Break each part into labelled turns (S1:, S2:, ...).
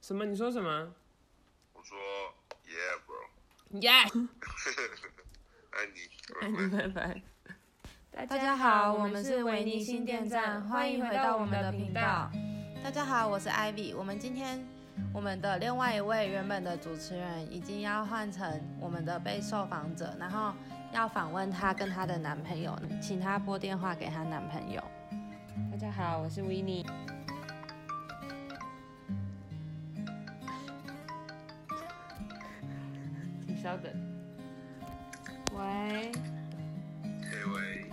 S1: 什么？你说什么
S2: 我说 Yeah bro，
S1: ？Yeah，
S2: 爱你，
S1: 爱你，拜拜。
S3: 大家好，我们是维尼新店站，欢迎回到我们的频道。。大家好，我是 Ivy。我们今天我们的另外一位原本的主持人已经要换成我们的被受访者，然后要访问她跟她的男朋友，请她拨电话给她男朋友。
S4: 大家好，我是维尼。请稍等。喂，
S2: 嘿喂，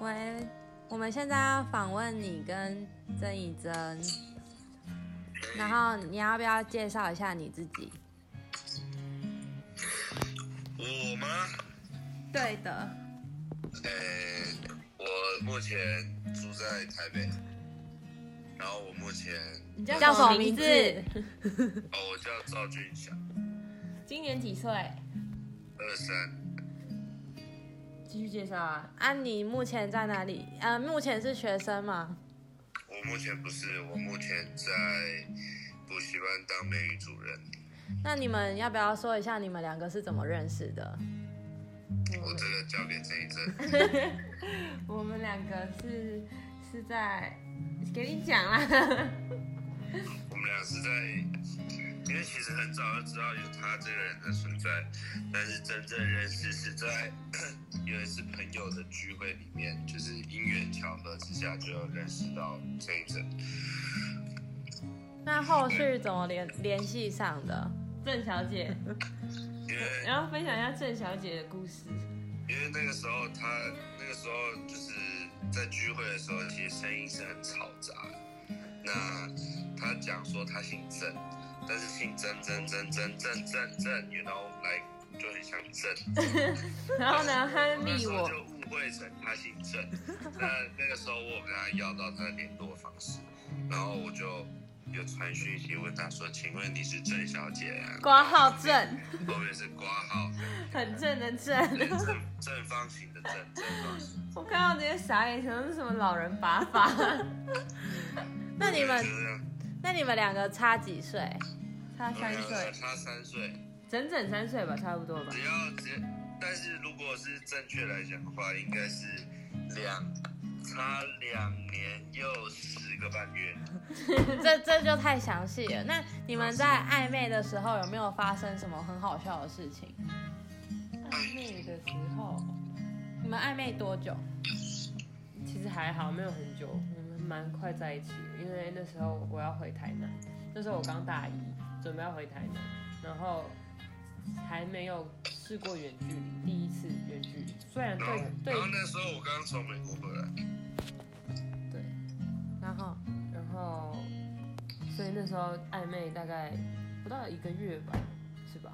S3: 喂，我们现在要访问你跟郑以真，嗯然后你要不要介绍一下你自己？
S2: 我吗？
S3: 对的，
S2: 呃，我目前住在台北，然后我目前
S4: 你叫
S3: 叫什么名
S4: 名
S3: 字？？
S2: 哦，我叫赵俊祥，
S4: 今年几岁？
S2: 二三，
S1: 继续介绍啊，
S3: 啊，你目前在哪里？呃，目前是学生吗？
S2: 我目前不是，我目前在补习班当美语主任，
S3: 那你们要不要说一下你们两个是怎么认识的？
S2: 我这个交给郑一正。
S4: 我们两个是是在给你讲啦。
S2: 我们俩是在，因为其实很早就知道有他这个人的存在，但是真正认识是在有一次朋友的聚会里面，就是因缘巧合之下就认识到这一阵。
S3: 那后续怎么联联系上的？
S4: 郑小 姐，
S2: 因为
S4: 然后分享一下郑小姐的故事。
S2: 因为那个时候他那个时候就是在聚会的时候，其实声音是很嘈杂的。那他讲说他姓郑，但是姓郑郑郑郑郑郑郑，you know，来、like, 就很像郑。
S4: 然后呢，她
S2: 那
S4: 密
S2: 时候
S4: 我
S2: 就，误会成他姓郑，那那个时候我有跟他要到他的联络方式，然后我就有传讯息问他说：“请问你是郑小姐、啊？”
S4: 挂号郑，
S2: 后面是挂号，
S4: 很正的正。
S2: 正正方形的正正方形，
S4: 我看到直接傻眼，想说是什么老人拔法。
S3: 那你们
S2: 就这样。
S3: 那你们两个差几岁？
S4: 差三岁，
S2: 呃差三岁，
S4: 整整三岁吧，差不多吧
S2: 只。要只要，但是如果是正确来讲的话，应该是两差两年又十个半月。
S3: 这这就太详细了。那你们在暧昧的时候有没有发生什么很好笑的事情？
S4: 暧昧的啊时候，
S3: 你们暧昧多久？
S1: 其实还好，没有很久，我们蛮快在一起的，因为那时候我要回台南，那时候我刚大一，准备要回台南，然后还没有试过远距离，第一次远距离，虽然
S2: 然后
S1: 对对
S2: 然后那时候我刚从美国回来，
S1: 对，
S3: 然后
S1: 然后所以那时候暧昧大概不到一个月吧，是吧？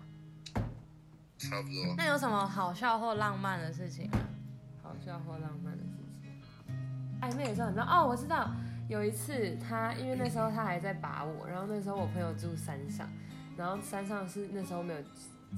S2: 差不多。
S3: 那有什么好笑或浪漫的事情啊？
S1: 好笑或浪漫的事情。暧昧的时候，你知道哦，我知道有一次他，因为那时候他还在把我，然后那时候我朋友住山上，然后山上是那时候没有。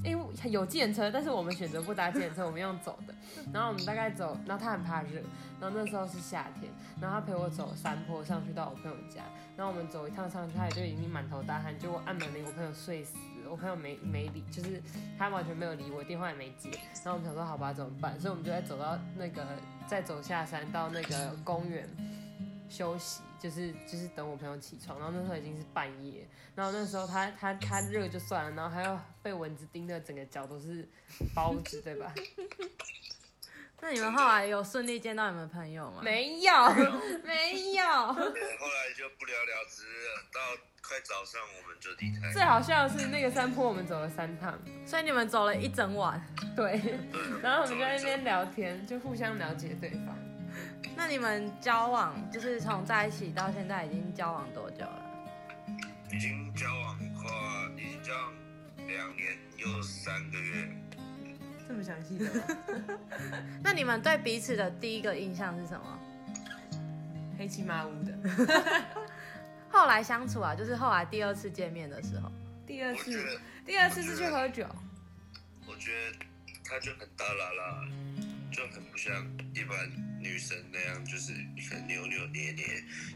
S1: 因为有计程车，但是我们选择不搭计程车，我们用走的。然后我们大概走，然后他很怕热，然后那时候是夏天，然后他陪我走山坡上去到我朋友家，然后我们走一趟上去，他也就已经满头大汗，就我按门铃，我朋友睡死了，我朋友没没理，就是他完全没有理我，电话也没接，然后我们想说好吧，怎么办？所以我们就在走到那个，再走下山到那个公园休息，就是就是等我朋友起床。然后那时候已经是半夜，然后那时候他他他热就算了，然后还要被蚊子叮的整个脚都是包子，对吧？
S3: 那你们后来有顺利见到你们朋友吗？
S4: 没有，没有。
S2: 对后来就不了了之了，到快早上我们就离开。
S1: 最好笑的是那个山坡，我们走了三趟，
S3: 所以你们走了一整晚。
S1: 对，
S2: 对
S1: 然后我们就在那
S2: 走一
S1: 边聊天，就互相了解对方。
S3: 那你们交往就是从在一起到现在已经交往多久了？
S2: 走已经交往快，已经交往两年又三个月。
S1: 这么详细的吗？
S3: 那你们对彼此的第一个印象是什么？
S1: 黑漆麻乌的。
S3: 后来相处啊，就是后来第二次见面的时候，
S1: 第二
S2: 我觉
S1: 次
S2: 得，
S1: 第二次是去喝酒。
S2: 我觉得他就很大啦啦，就很不像一般女生那样，就是很扭扭捏捏。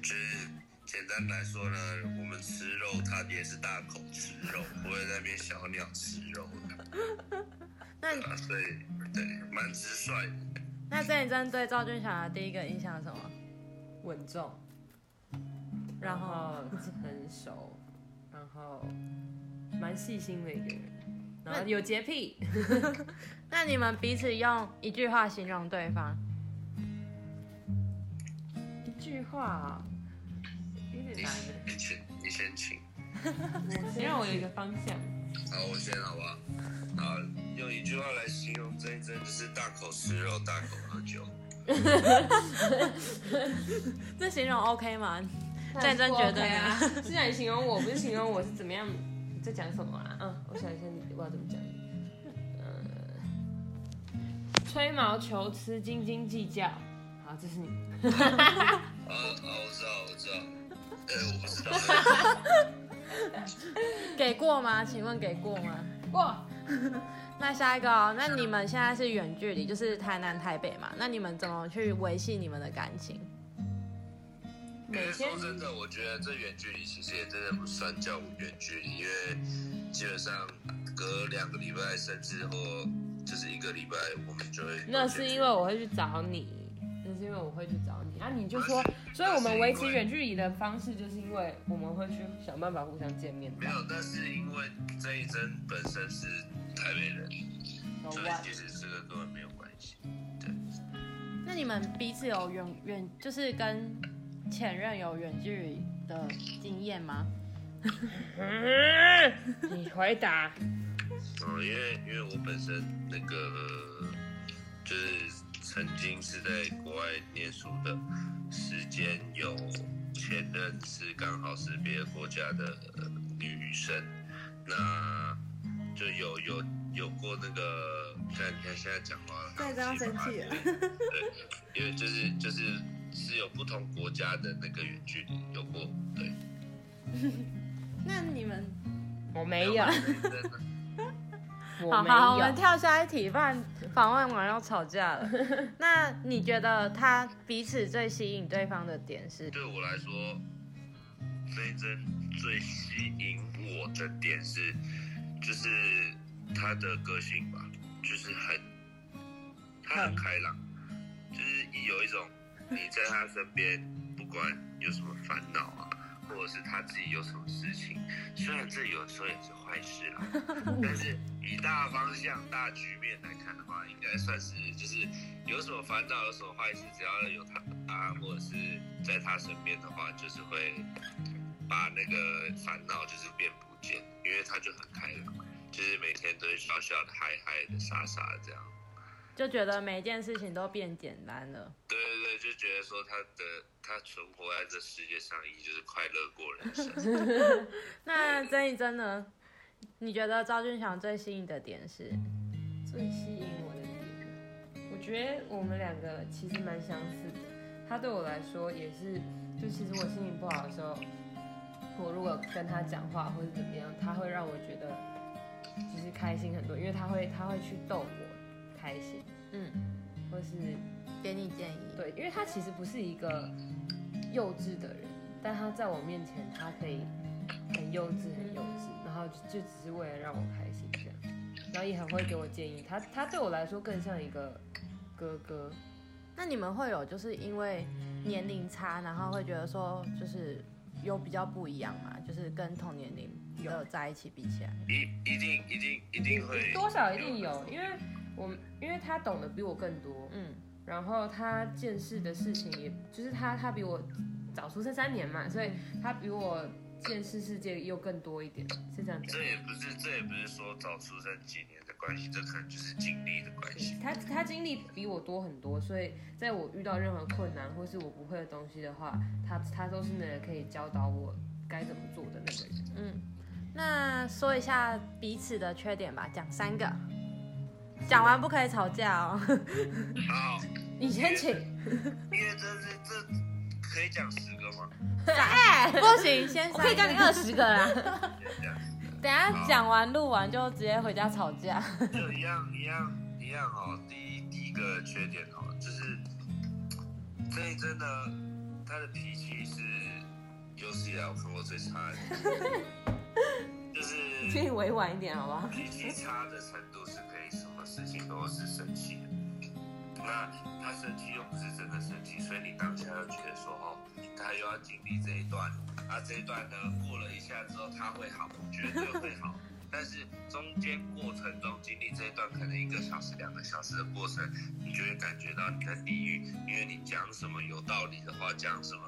S2: 就是简单来说呢，我们吃肉后他也是大口吃肉，我也在那边小鸟吃肉的，
S3: 那
S2: 对啊，所以对，蛮直率的。
S3: 那郑宇正对赵俊祥的第一个印象是什么？
S1: 稳重，
S3: 然
S1: 然
S3: 后
S1: 后很熟，然后蛮细心的一个人，然后有洁癖，
S3: 那你们彼此用一句话形容对方，
S1: 一句话啊有点
S2: 你
S1: 难的，
S2: 你请，你先请。
S1: 先让我有一个方向。
S2: 好，我先好不好？好，用一句话来形容这一阵，就是大口吃肉，大口喝酒。
S3: 这形容 OK 吗？战争绝对
S1: 啊！是想形容我，不是形容我是怎么样，你在讲什么啊？嗯，我想一下你，我要怎么讲？呃吹毛求疵，斤斤计较。好，这是你。
S2: 啊啊，我知道，我知道。 哎、我不知道。
S3: 给过吗？请问给过吗？
S1: 哇，
S3: 那下一个哦，那你们现在是远距离，就是台南、台北嘛？那你们怎么去维系你们的感情？
S1: 每天
S2: 哎说真的，我觉得这远距离其实也真的不算叫远距离，因为基本上隔两个礼拜，甚至或就是一个礼拜，我们就会。
S1: 那是因为我会去找你，那是因为我会去找你啊！你就
S3: 哦
S1: 说，所以我们维持远距离的方式，就是因为我们会去想办法互相见面。
S2: 没有，但是因为这一针本身是台北人，所以其实这个根本没有关系。
S3: 那你们彼此有远远，就是跟前任有远距离的经验吗？嗯
S1: 你回答，
S2: 嗯，因为因为我本身那个就是曾经是在国外念书的时间，有前任是刚好是别的国家的呃女生，那就有有有过那个，看你看现在讲话，
S4: 再这样生气了
S2: 对，因为就是就是是有不同国家的那个远距离有过，对，
S3: 那你们
S1: 我没有，我
S3: 好
S1: 没
S3: 好，好我们
S1: 有。
S3: 跳下一题，不然访问完要吵架 了。那你觉得他彼此最吸引对方的点是？
S2: 对我来说，嗯这一针最吸引我的点是，就是他的个性吧，就是很，他很开朗，就是有一种你在他身边，不管有什么烦恼啊，或者是他自己有什么事情，虽然这有时候也是坏事啦，但是以大方向、大局面来看的话，应该算是就是有什么烦恼、有什么坏事，只要有他啊，或者是在他身边的话，就是会把那个烦恼就是变不见，因为他就很开朗，就是每天都是笑笑的、嗨嗨的、傻傻的这样。
S3: 就觉得每件事情都变简单了。
S2: 对对对，就觉得说他的他存活在这世界上，也就是快乐过人 生。
S3: 那曾以真呢？你觉得赵俊祥最吸引的点是？
S1: 最吸引我的点，我觉得我们两个其实蛮相似的。他对我来说也是，就其实我心情不好的时候，我如果跟他讲话或者怎么样，他会让我觉得就是开心很多，因为他会他会去逗我开心，
S3: 嗯，
S1: 或是
S3: 给你建议。
S1: 对，因为他其实不是一个幼稚的人，但他在我面前他可以很幼稚很幼稚，然后就就只是为了让我开心这样，然后也很会给我建议。他他对我来说更像一个哥哥，
S3: 那你们会有就是因为年龄差，然后会觉得说就是有比较不一样嘛？就是跟同年龄的在一起比起来，
S2: 一一定一定一定会
S1: 多少一定有，因为我因为他懂得比我更多，
S3: 嗯，
S1: 然后他见识的事情也，就是他他比我早出生三年嘛，所以他比我见识世界又更多一点，是这样讲
S2: 这。也不是，这也不是说早出生几年的关系，这可能就是经历的关系。
S1: 他他经历比我多很多，所以在我遇到任何困难或是我不会的东西的话，他他都是那个可以教导我该怎么做的那个人。
S3: 嗯，那说一下彼此的缺点吧，讲三个，讲完不可以吵架 哦。
S2: 好，
S1: 你先请，
S2: 因为这是这可以讲十个吗？
S3: 哎、不行，先
S1: 我可以
S3: 三
S1: 讲
S3: 个
S1: 你二十个啦。
S2: 可以讲十个
S3: 等一下讲完录完就直接回家吵架。
S2: 就一样一样一样哦。第一第一个缺点哦，就是这一真的他的脾气是有史以来我看过最差的， 就是
S4: 请你委婉一点，好不好？
S2: 脾气差的程度是可以什么事情都是生气的。那他生气又不是真的生气，所以你当下就觉得说哦，他又要经历这一段，啊这一段呢过了一下之后他会好，绝对会好。但是中间过程中经历这一段可能一个小时、两个小时的过程，你就会感觉到你在地狱，因为你讲什么有道理的话，讲什么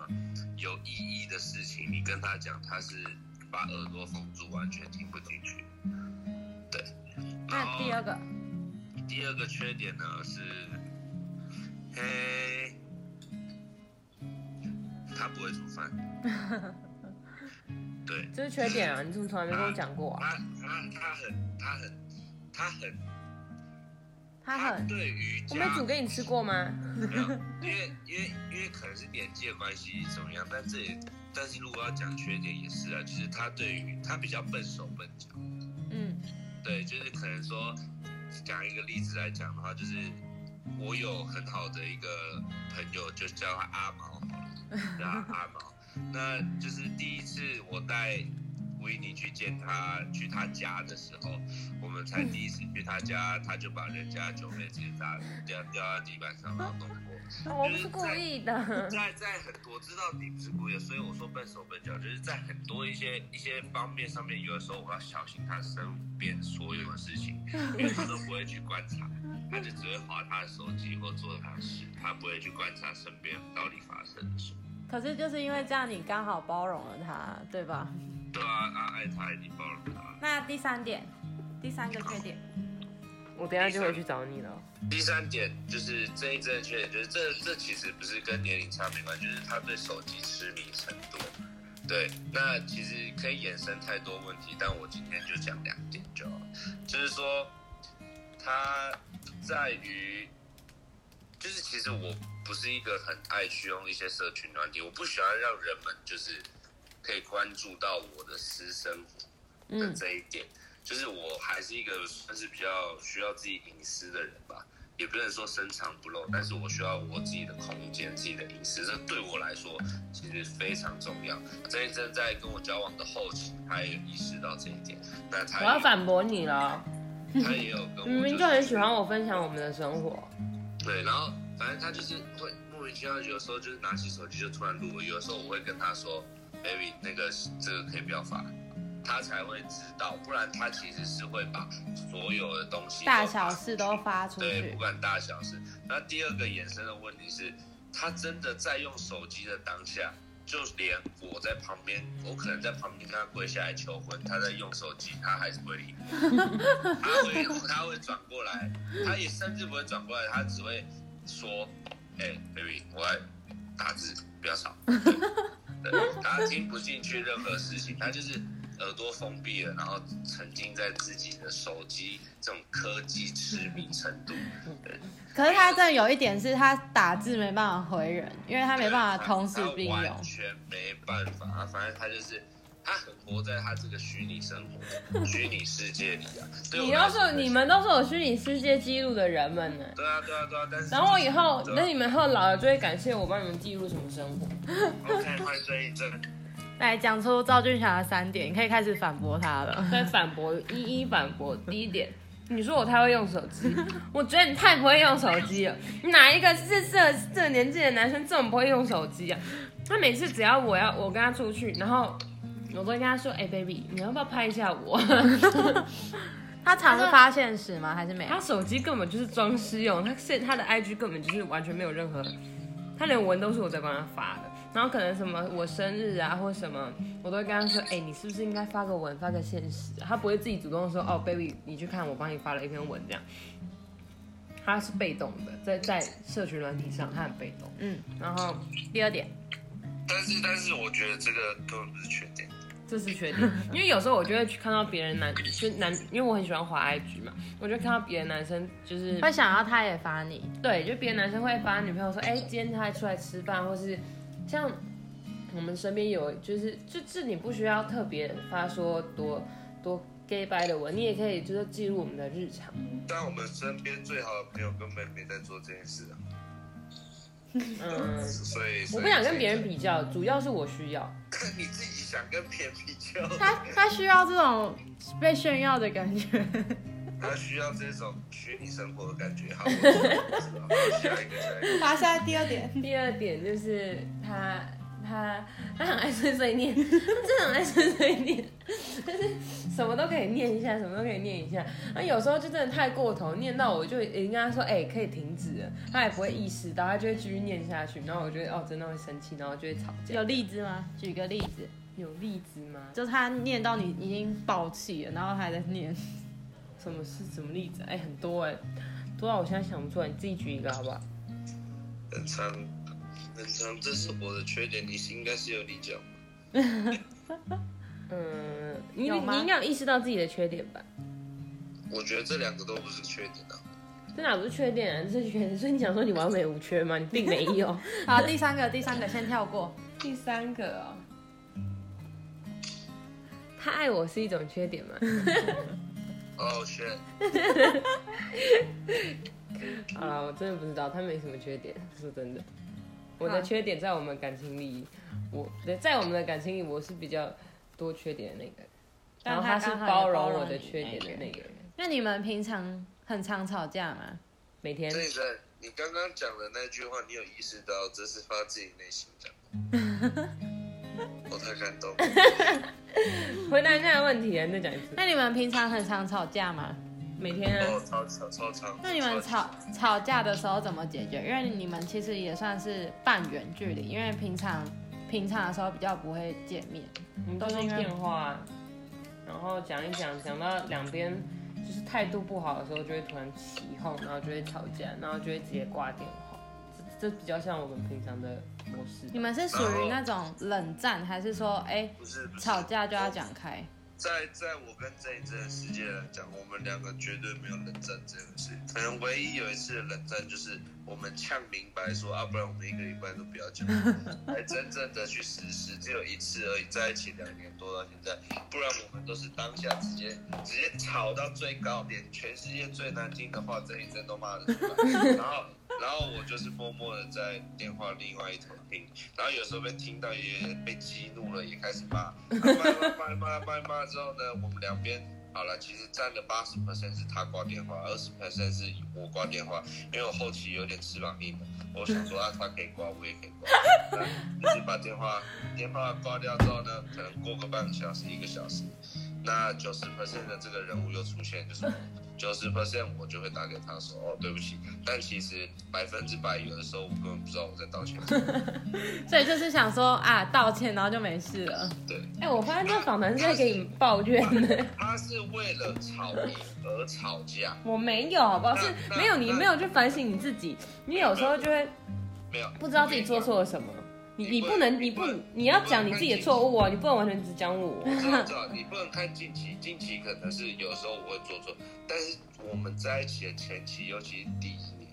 S2: 有意义的事情，你跟他讲，他是把耳朵封住，完全听不进去。对，然
S1: 那
S2: 后
S1: 第二个，
S2: 第二个缺点呢是，嘿，他不会煮饭。对，
S1: 这是缺点啊！你怎么从来没跟我讲过啊？
S2: 他他他很他很他很
S3: 他很
S2: 对瑜
S1: 我
S2: 伽
S1: 没煮给你吃过吗？
S2: 没 有，因为因为因为可能是年纪的关系怎么样，但这也但是如果要讲缺点也是啊，就是他对于他比较笨手笨脚。
S3: 嗯
S2: 对，就是可能说讲一个例子来讲的话，就是我有很好的一个朋友，就叫他阿毛好了，叫他阿毛。那就是第一次我带维尼去见他，去他家的时候，我们才第一次去他家，他就把人家酒杯直接砸掉掉到地板上，然后弄破。
S1: 我不是故意的。
S2: 在在很多知道你不是故意的，所以我说笨手笨脚，就是在很多一些一些方面上面，有的时候我要小心他身边所有的事情，因为他都不会去观察，他就只会划他的手机或做他的事，他不会去观察身边到底发生了什么。
S3: 可是就是因为这样，你刚好包容了他，对吧？
S2: 对啊，啊爱他已经包容他。
S3: 那第三点，第三个缺点，
S1: 我等一下就回去找你了。
S2: 第三点就是这一正确，就是这这其实不是跟年龄差没关系，就是他对手机痴迷程度。对，那其实可以衍生太多问题，但我今天就讲两点就好了。就是说，他在于，就是其实我不是一个很爱去用一些社群软体，我不喜欢让人们就是可以关注到我的私生
S1: 嗯
S2: 活的这一点。就是我还是一个算是比较需要自己隐私的人吧，也不能说深藏不露，但是我需要我自己的空间、自己的隐私，这对我来说其实非常重要。郑一真在跟我交往的后期，他也有意识到这一点，那他
S1: 我
S2: 也
S1: 要反驳你了，
S2: 他也有跟我、
S1: 明明就很喜欢我分享我们的生活。
S2: 对，然后反正他就是会莫名其妙，有时候就是拿起手机就突然录了，有时候我会跟他说，baby，那个这个可以不要发，他才会知道，不然他其实是会把所有的东西都
S3: 大小事都发出
S2: 对，不
S3: 去，
S2: 管大小事。那第二个衍生的问题是，他真的在用手机的当下，就连我在旁边，我可能在旁边跟他跪下来求婚，他在用手机，他还是不会 理我，他会他会转过来，他也甚至不会转过来，他只会说：“哎、b a b y 我在打字，不要吵。对” 对，他听不进去任何事情，他就是耳朵封闭了，然后沉浸在自己的手机这种科技痴迷程度。
S1: 嗯
S2: 对
S3: 可是他真的有一点是他打字没办法回人，因为他没办法同时并
S2: 他
S3: 用
S2: 完。全没办法。他反正他就是他很活在他这个虚拟生活、虚拟世界里啊。对我
S1: 你
S2: 来
S1: 都
S2: 说
S1: 是你们都是我虚拟世界记录的人们呢。
S2: 对啊对啊对啊，但是
S1: 然后我以后，
S2: 对啊
S1: 那你们以后老了就会感谢我帮你们记录什么生活。
S2: OK 换这一阵。
S3: 来哎讲出赵俊祥的三点，你可以开始反驳他了。
S1: 在反驳，一一反驳。第一点，你说我太会用手机，我觉得你太不会用手机了。你哪一个是这这个年纪的男生这么不会用手机啊？他每次只要我要我跟他出去，然后我都会跟他说：“哎、b a b y 你要不要拍一下我？”
S3: 他常是发现时吗？还是没有
S1: 他？手机根本就是装饰用，他现他的 IG 根本就是完全没有任何，他连文都是我在帮他发的。然后可能什么我生日啊或什么，我都会跟他说，哎、你是不是应该发个文，发个现实啊、他不会自己主动说，哦，baby，你去看我帮你发了一篇文这样。他是被动的，在在社群软体上他很被动。
S3: 嗯，
S1: 然后
S3: 第二点，
S2: 但是但是我觉得这个根本不是缺点。
S1: 这是缺点，因为有时候我就会去看到别人男，就是男，因为我很喜欢滑 IG 嘛，我就看到别的男生就是
S3: 会想要他也罚你，
S1: 对，就别的男生会发女朋友说，哎、今天他还出来吃饭，或是像我们身边有，就是就这你不需要特别发说多多 gay 白的文，你也可以就是记录我们的日常。
S2: 但我们身边最好的朋友根本没在做这件事啊。
S1: 嗯，
S2: 所以
S1: 我不想跟别人
S2: 比，
S1: 比较，主要是我需要。
S2: 你自己想跟别人比较，
S3: 他他需要这种被炫耀的感 觉。
S2: 他需要这种虚拟生活的感觉。 好，我知道我知道下一个，下一个。
S5: 好，下来第二点，
S1: 第二点就是他他他很爱碎碎念，他 真的很爱碎碎念，就是什么都可以念一下，什么都可以念一下。那有时候就真的太过头，念到我就已经跟他说，哎、可以停止了，他也不会意识到，他就会继续念下去。然后我觉得哦，真的会生气，然后就会吵架。
S3: 有例子吗？举个例子，
S1: 有例子吗？
S3: 就他念到你已经爆气了，然后还在念。
S1: 什么是什么例子？哎、很多哎、多到我现在想不出来，你自己举一个好不好？
S2: 很长，很长，这是我的缺点，你应该是有你讲。
S1: 嗯，你
S3: 有
S1: 你
S3: 吗
S1: 应该有意识到自己的缺点吧？
S2: 我觉得这两个都不是缺点啊。
S1: 这哪不是缺点、啊？这是缺点。所以你想说你完美无缺吗？你并没有。
S3: 好，第三个，第三个先跳过。
S1: 第三个哦，他爱我是一种缺点吗？
S2: 哦、oh,，选
S1: 好了，我真的不知道，他没什么缺点，说真的。我的
S3: 好
S1: 缺点在我们感情里，我对在我们的感情里，我是比较多缺点的那个，然
S3: 但
S1: 后
S3: 他
S1: 是
S3: 刚好也
S1: 包
S3: 包
S1: 容
S3: 容
S1: 我的
S3: 你
S1: 缺
S3: 那
S1: 点
S3: 个
S1: 的那个人。
S3: 那你们平常很常吵架吗？
S1: 每天
S2: 这个，你刚刚讲的那句话，你有意识到这是发自己内心讲的？ 我太感动了。
S1: 回答一下问题，啊再讲一次。
S3: 那你们平常很常吵架吗？
S1: 每天啊，
S2: 哦，超超超长。
S3: 那你们吵吵架的时候怎么解决？因为你们其实也算是半远距离，因为平常平常的时候比较不会见面。
S1: 我们都是用电话，然后讲一讲，讲到两边就是态度不好的时候，就会突然起哄，然后就会吵架，然后就会直接挂电话。这这比较像我们平常的模式。
S3: 你们是属于那种冷战，还是说哎、
S2: 不是不是
S3: 吵架就要讲开？
S2: 在在我跟这一阵的世界来讲，我们两个绝对没有冷战这回事。可能唯一有一次的冷战，就是我们呛明白说啊，不然我们一个礼拜都不要讲， 才真正的去实施，只有一次而已。在一起两年多到现在，不然我们都是当下直接直接吵到最高点，全世界最难听的话，这一阵都骂得出来。然后然后我就是默默的在电话另外一头听，然后有时候被听到也被激怒了，也开始骂。骂骂骂骂骂之后呢，我们两边好了，其实占了八十 percent 是他挂电话，二十 percent 是我挂电话，因为我后期有点翅膀硬了，我想说啊，他可以挂，我也可以挂，那就是把电话电话挂掉之后呢，可能过个半个小时一个小时，那九十 percent 的这个人物又出现，就是九十 percent 我就会打给他说哦对不起，但其实百分之百有的时候我根本不知道我在道歉，
S3: 所以就是想说啊，道歉，然后就没事了。
S2: 对。
S1: 哎、我发现这访谈是在给你抱怨的、
S2: 他是为了吵赢而吵架，
S1: 我没有，好不好？是
S2: 那
S1: 没有你
S2: 那
S1: 没有去反省你自己，你有时候就会
S2: 没有
S1: 不知道自己做错了什么。你你
S2: 你
S1: 不
S2: 不
S1: 能，
S2: 能
S1: 你不
S2: 你不能
S1: 你要讲你自己的错误哦，你不能完全只讲我。
S2: 我知道，知道，你不能看近期，近期可能是有时候我会做错，但是我们在一起的前期，尤其是第一年，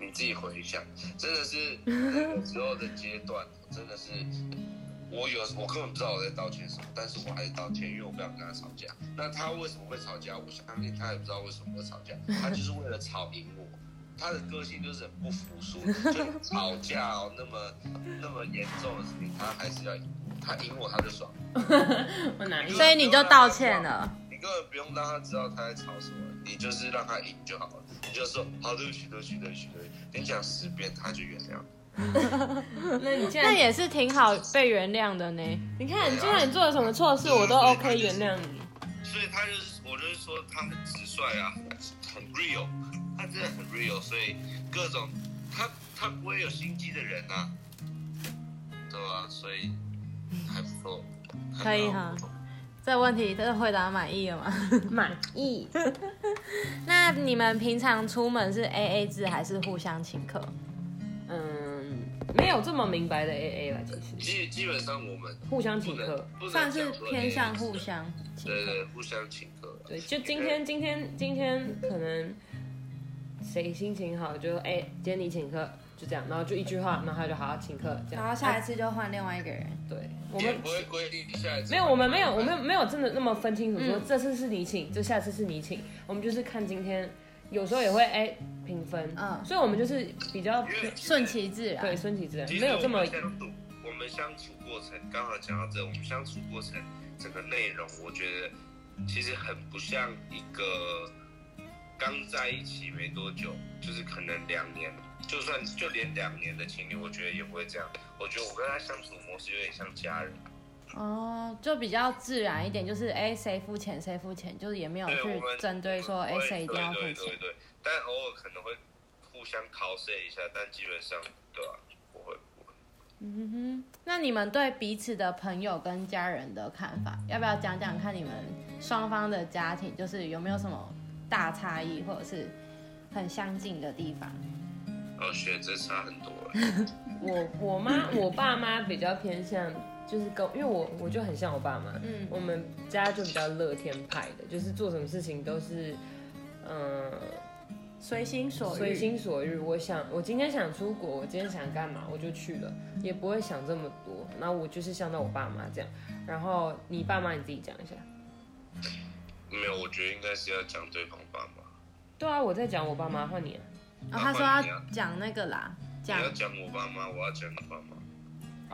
S2: 你自己回想，真的是那个时候的阶段，真的是我有我根本不知道我在道歉什么，但是我还是道歉，因为我不想跟他吵架。那他为什么会吵架？我相信他也不知道为什么会吵架，他就是为了吵赢我。他的个性就是很不服输，就吵架哦，那么那么严重的事情，他还是要赢我，他赢我他就爽。
S1: 我哪
S2: 嗯
S1: 一
S3: 所以你就道歉了。
S2: 你根本不用让他知道他在吵什么，你就是让他赢就好了。你就说好，对不起，对不起，对不起，对不起，你讲十遍他就原谅。
S1: 那你现
S3: 那
S1: 在
S3: 也是挺好被原谅的呢。
S1: 你看，就算你做了什么错事，我都 OK 原谅你。
S2: 所以他就是，我就是说他很直率啊，很 real，他 真的很 real，所以各种他他不会有心机的人啊，对吧、所以还不错，还蛮
S3: 可以哈这问题这回答满意了吗？
S1: 满意。
S3: 那你们平常出门是 A A 制还是互相请客？
S1: 嗯，没有这么明白的 AA 了，其实
S2: 基基本上我们
S1: 互相
S2: 不
S1: 请客
S2: 能。不能
S3: 算是
S2: 讲说
S3: 偏向
S2: AA
S3: 互相请
S2: 对
S3: 客。
S2: 对，互相请客啊。
S1: 对，就今天，今天，今天可能谁心情好就哎、今天你请客，就这样，然后就一句话，然后他就好请客，这样。
S3: 然后下一次就换另外一个人。
S1: 对，我
S2: 也
S1: 们
S2: 不会规定下一次
S1: 没有，
S2: 还
S1: 我们没有，
S2: 还
S1: 我们没有真的那么分清楚说
S3: 嗯
S1: 这次是你请，这下次是你请，我们就是看今天有时候也会哎平分，
S3: 嗯
S1: 所以我们就是比较
S2: 因为
S3: 顺其自然。
S1: 对顺其自然
S2: 其，实
S1: 没有这么
S2: 我们相处，我们相处过程刚好讲到这，我们相处过程整个内容，我觉得其实很不像一个刚在一起没多久，就是可能两年，就算就连两年的情侣，我觉得也不会这样。我觉得我跟他相处模式有点像家人，
S3: 哦，就比较自然一点，就是哎谁付钱谁付钱，就是也没有
S2: 对我
S3: 去
S2: 们
S3: 针对说哎谁一定要付
S2: 对对对
S3: 钱。
S2: 对，但偶尔可能会互相 cos 一下，但基本上对吧、不会不会。
S3: 嗯哼，那你们对彼此的朋友跟家人的看法，要不要讲讲看你们双
S2: 嗯
S3: 方的家庭，就是有没有什么大差异，或者是很相近的地方？
S2: 哦，选择差很多了。
S1: 我我妈我爸妈比较偏向就是跟，因为我我就很像我爸妈，
S3: 嗯
S1: 我们家就比较乐天派的，就是做什么事情都是，嗯、
S3: 随心所
S1: 随心所欲。我想，我今天想出国，我今天想干嘛，我就去了，也不会想这么多。那我就是像到我爸妈这样。然后你爸妈你自己讲一下。
S2: 没有，我觉得应该是要讲对方爸妈。
S1: 对啊，我在讲我爸妈，换你啊。
S3: 哦，他说要讲那个啦，
S2: 你
S3: 讲
S2: 要讲我爸妈，我要讲你爸妈。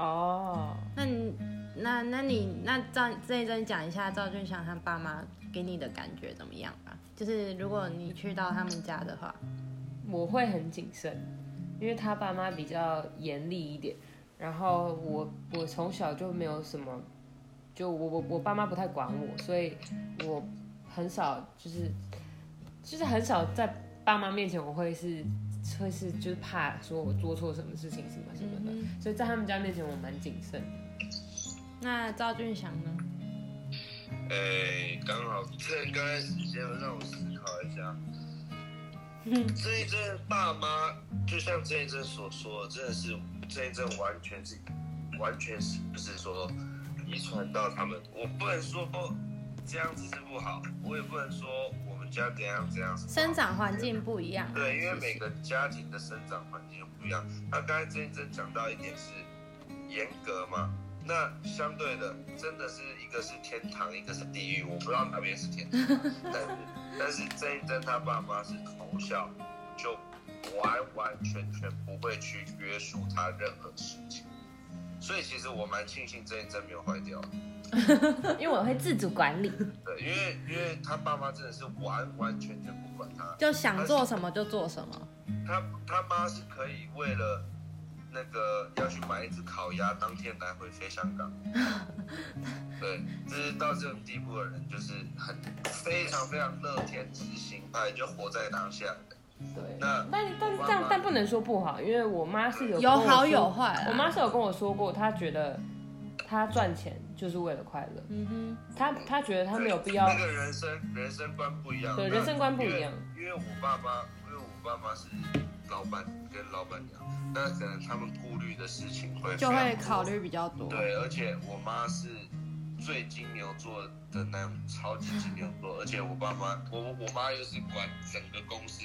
S1: 哦，
S3: 那你那那你那赵这一阵讲一下赵俊祥他爸妈给你的感觉怎么样吧？就是如果你去到他们家的话，
S1: 我会很谨慎，因为他爸妈比较严厉一点。然后我我从小就没有什么，就我我我爸妈不太管我，所以我很少就是就是很少在爸妈面前我会是会是就是怕说我做错什么事情什么什
S3: 嗯
S1: 么的，所以在他们家面前我蛮谨慎的。
S3: 那赵俊祥呢？
S2: 哎，刚好这刚开始先让我思考一下。嗯这一阵爸妈，就像这一阵所说的，真的是这一阵完全是，完全是不是说遗传到他们？我不能说这样子是不好，我也不能说我们家怎样怎样是不好
S3: 生长环境不一样啊，
S2: 对，因为
S3: 其实
S2: 每个家庭的生长环境不一样。他刚才真正讲到一点是严格嘛，那相对的，真的是一个是天堂，一个是地狱，我不知道哪边是天堂啊，但是但是这一真他爸妈是从小就完完全全不会去约束他任何事情。所以其实我蛮庆幸这一针没有坏掉，
S1: 因为我会自主管理，
S2: 对，因为因为他爸妈真的是完完全全不管他，
S3: 就想做什么就做什么。
S2: 他他妈是可以为了那个要去买一只烤鸭，当天来回飞香 港。对，就是到这种地步的人，就是很非常非常乐天执行派，就活在当下的。
S1: 对。
S2: 那
S1: 但但是这样，但不能说不好，因为我妈是
S3: 有
S1: 有跟我
S3: 好
S1: 说
S3: 有坏啊
S1: 我妈是有跟我说过，她觉得她赚钱就是为了快乐，
S3: 嗯
S1: 她她觉得她没有必要
S2: 那。个人生人生观不一样，
S1: 对
S2: 那
S1: 人生观不一样
S2: 因为。因为我爸妈，因为我爸妈是老板跟老板娘，那可能他们顾虑的事情会
S3: 哼，
S2: 非
S3: 就
S2: 常
S3: 会
S2: 多
S3: 考虑比较多。
S2: 对，而且我妈是最金牛座的那种超级金牛座，而且我爸妈，我我妈又是管整个公司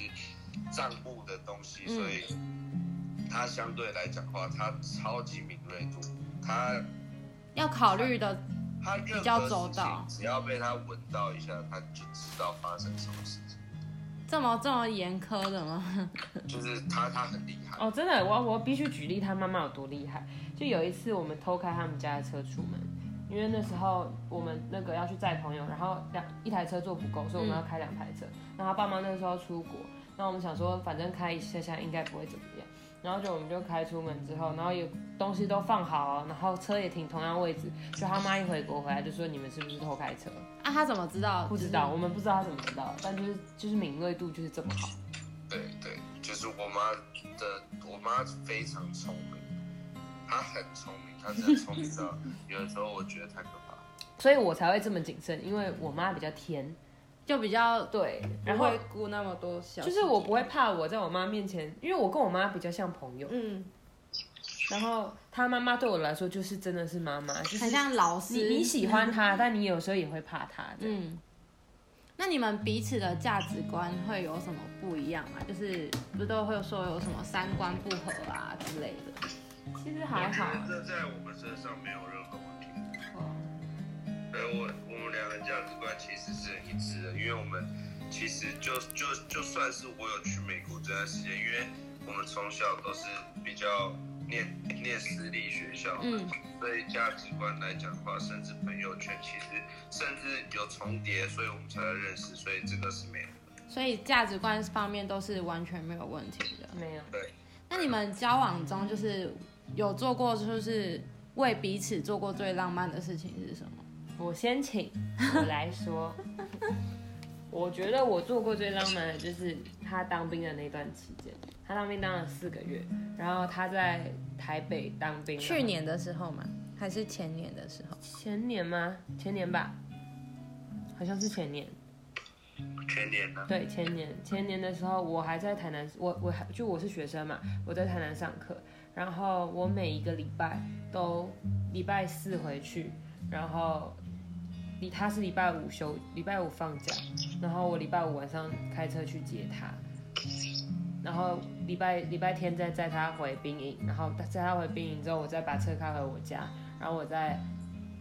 S2: 账目的东西，
S3: 嗯
S2: 所以她相对来讲的话，她超级敏锐度，她
S3: 要考虑的，
S2: 她任
S3: 比较
S2: 何
S3: 周
S2: 事
S3: 到
S2: 情只要被她闻到一下，她就知道发生什么事情，
S3: 这么这么严苛的吗？
S2: 就是她她很厉害。
S1: 哦，真的，我我必须举例她妈妈有多厉害。就有一次我们偷开他们家的车出门，因为那时候我们那个要去载朋友，然后两一台车坐不够，所以我们要开两台车。然后他爸妈那个时候要出国，那我们想说反正开一下下应该不会怎么样。然后就我们就开出门之后，然后也东西都放好、哦，然后车也停同样位置。就他妈一回国回来就说你们是不是偷开车？
S3: 啊，他怎么知道？
S1: 不知道，，我们不知道他怎么知道的，但就是就是敏锐度就是这么
S3: 嗯
S1: 好。
S2: 对对，就是我妈的，我妈非常聪明，她很聪明，她真的聪明到有的时候我觉得太可怕。
S1: 所以我才会这么谨慎，因为我妈比较甜，
S3: 就比较
S1: 对，然
S3: 不
S1: 后
S3: 会顾那么多小，
S1: 就是我不，会怕我在我妈面前，因为我跟我妈比较像朋友，
S3: 嗯，
S1: 然后她妈妈对我来说就是真的是妈妈，就是
S3: 很像老
S1: 你
S3: 师。
S1: 你喜 欢她，但你有时候也会怕她，嗯，
S3: 嗯，那你们彼此的价值观会有什么不一样吗？就是不都会说有什么三观不合啊之类的？
S1: 其实还好，啊
S2: 这在我们身上没有任何问题。
S3: 哦，
S1: 嗯
S2: 呃对我，我们两个价值观其实是很一致的，因为我们其实就就就算是我有去美国这段时间，因为我们从小都是比较念念私立学校，
S1: 嗯，
S2: 所以价值观来讲的话，甚至朋友圈其实甚至有重叠，所以我们才会认识，所以这个是没有
S3: 所以价值观方面都是完全没有问题的。
S1: 没有，
S2: 对。
S3: 那你们交往中就是有做过，就是为彼此做过最浪漫的事情是什么？
S1: 我 先请我来说。我觉得我做过最浪漫的就是他当兵的那段期间，他当兵当了四个月，然后他在台北当兵，
S3: 嗯去年的时候吗？还是前年的时候？
S1: 前年吗？前年吧，好像是前年。
S2: 全年呢、
S1: 对，前年前年的时候，我还在台南，我我还就我是学生嘛，我在台南上课，然后我每一个礼拜都礼拜四回去，然后礼他是礼拜五休，礼拜五放假，然后我礼拜五晚上开车去接他，然后礼拜礼拜天再载他回兵营，然后载他回兵营之后，我再把车开回我家，然后我再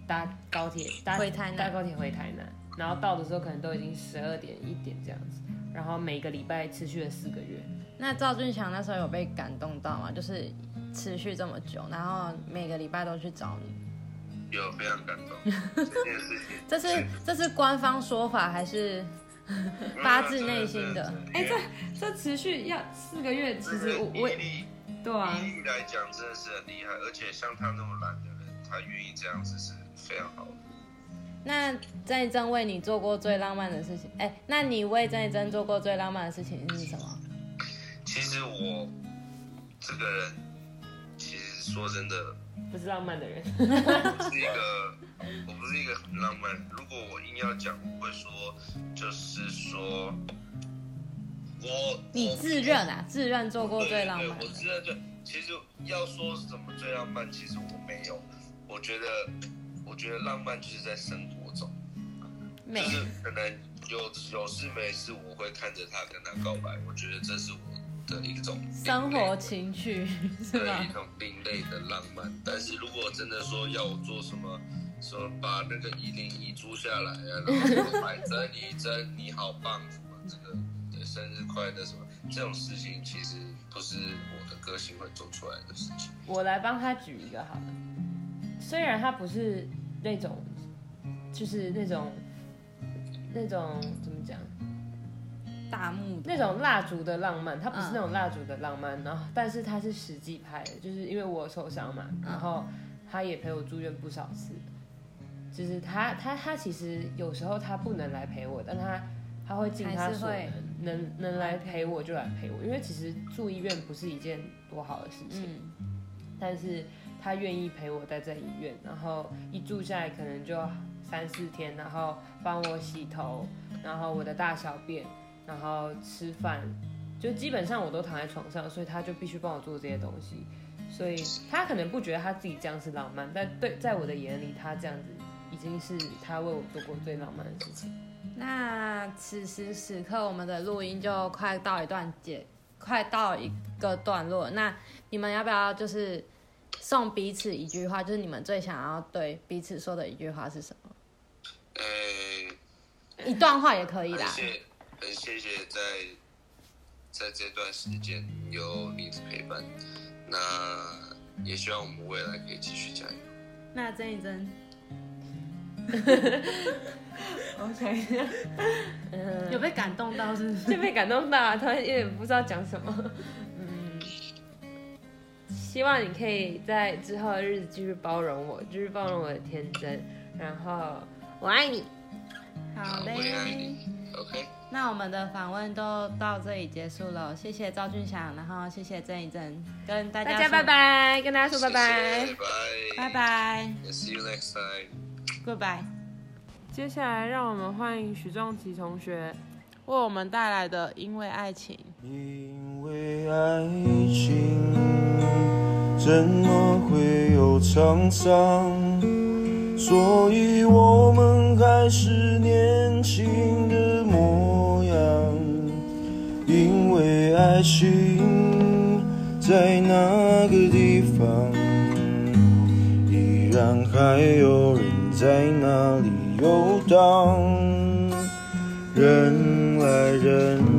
S1: 搭高铁搭
S3: 回台南
S1: 搭高铁回台南，然后到的时候可能都已经十二点一点这样子，然后每个礼拜持续了四个月，
S3: 那赵俊强那时候有被感动到吗？就是持续这么久，然后每个礼拜都去找你，
S2: 有非常感 动这件事情，
S3: 这是这是官方说法还是？
S2: 嗯
S3: 发自内心的
S1: 哎、这这持续要四个月，其实我我
S2: 毅
S1: 也
S2: 力
S1: 对啊，
S2: 毅力来讲真的是很厉害，而且像他那么懒的人，他愿意这样子是非常好的。
S3: 那郑一珍为你做过最浪漫的事情，哎、那你为郑一珍做过最浪漫的事情是什么？
S2: 其实我这个人，其实说真的，
S1: 不是浪漫的人，
S2: 我不是一个， 我不是一个很浪漫。如果我硬要讲，我会说，就是说，我
S3: 你
S2: 我
S3: 自认啊，自认做过最浪漫
S2: 对对对我
S3: 的。
S2: 知道就其实要说什么最浪漫，其实我没有。我觉得，我觉得浪漫就是在生活中，
S3: 美
S2: 就是可能有有事没事，我会看着他跟他告白。我觉得这是我的一种
S3: 生活情趣是
S2: 的
S3: 吗
S2: 一？种另类的浪漫。但是如果真的说要我做什么，说把那个一零一租下来啊，然后买珍妮珍你好棒什么这个对生日快乐什么这种事情，其实不是我的个性会做出来的事情。
S1: 我来帮他举一个好了。虽然他不是那种，就是那种那种怎么讲，
S3: 大木
S1: 那种蜡烛的浪漫，他不是
S3: 嗯
S1: 那种蜡烛的浪漫，然后但是他是实际派的，就是因为我受伤嘛，
S3: 嗯
S1: 然后他也陪我住院不少次。就是他他他其实有时候他不能来陪我，但他他会尽他
S3: 还是
S1: 所
S3: 会
S1: 能，能能来陪我就来陪我，因为其实住医院不是一件多好的事情。
S3: 嗯，
S1: 但是他愿意陪我待在医院，然后一住下来可能就三四天，然后帮我洗头，然后我的大小便，然后吃饭，就基本上我都躺在床上，所以他就必须帮我做这些东西，所以他可能不觉得他自己这样是浪漫，但对，在我的眼里，他这样子已经是他为我做过最浪漫的事情。
S3: 那此时此刻我们的录音就快到一段节，快到一个段落。那你们要不要就是送彼此一句话，就是你们最想要对彼此说的一句话是什么？
S2: 诶、
S3: 一段话也可以啦
S2: 很。谢很谢谢在在这段时间有你的陪伴，那也希望我们未来可以继续加油。
S3: 那曾一 真，
S1: OK，
S3: 有被感动到是不 是？
S1: 就被感动到啊，突然有点不知道讲什么。嗯，希望你可以在之后的日子继续包容我，继续包容我的天真，然后我爱你。
S3: 好
S2: 我也爱
S3: 嘞
S2: 你。，OK，
S3: 那我们的访问都到这里结束了，谢谢赵俊祥，然后谢谢郑一正，跟大家
S1: 大家拜
S3: 说，
S1: 拜，跟大家说拜拜
S2: 谢。谢
S3: 拜
S2: 拜拜
S3: 拜
S2: ，and see you next time。
S3: ，Goodbye。
S4: 接下来让我们欢迎许仲琪同学为我们带来的《因为爱情》。
S5: 因为爱情，怎么会有沧桑？所以我们还是年轻的模样。因为爱情，在那个地方，依然还有人在那里游荡。人来人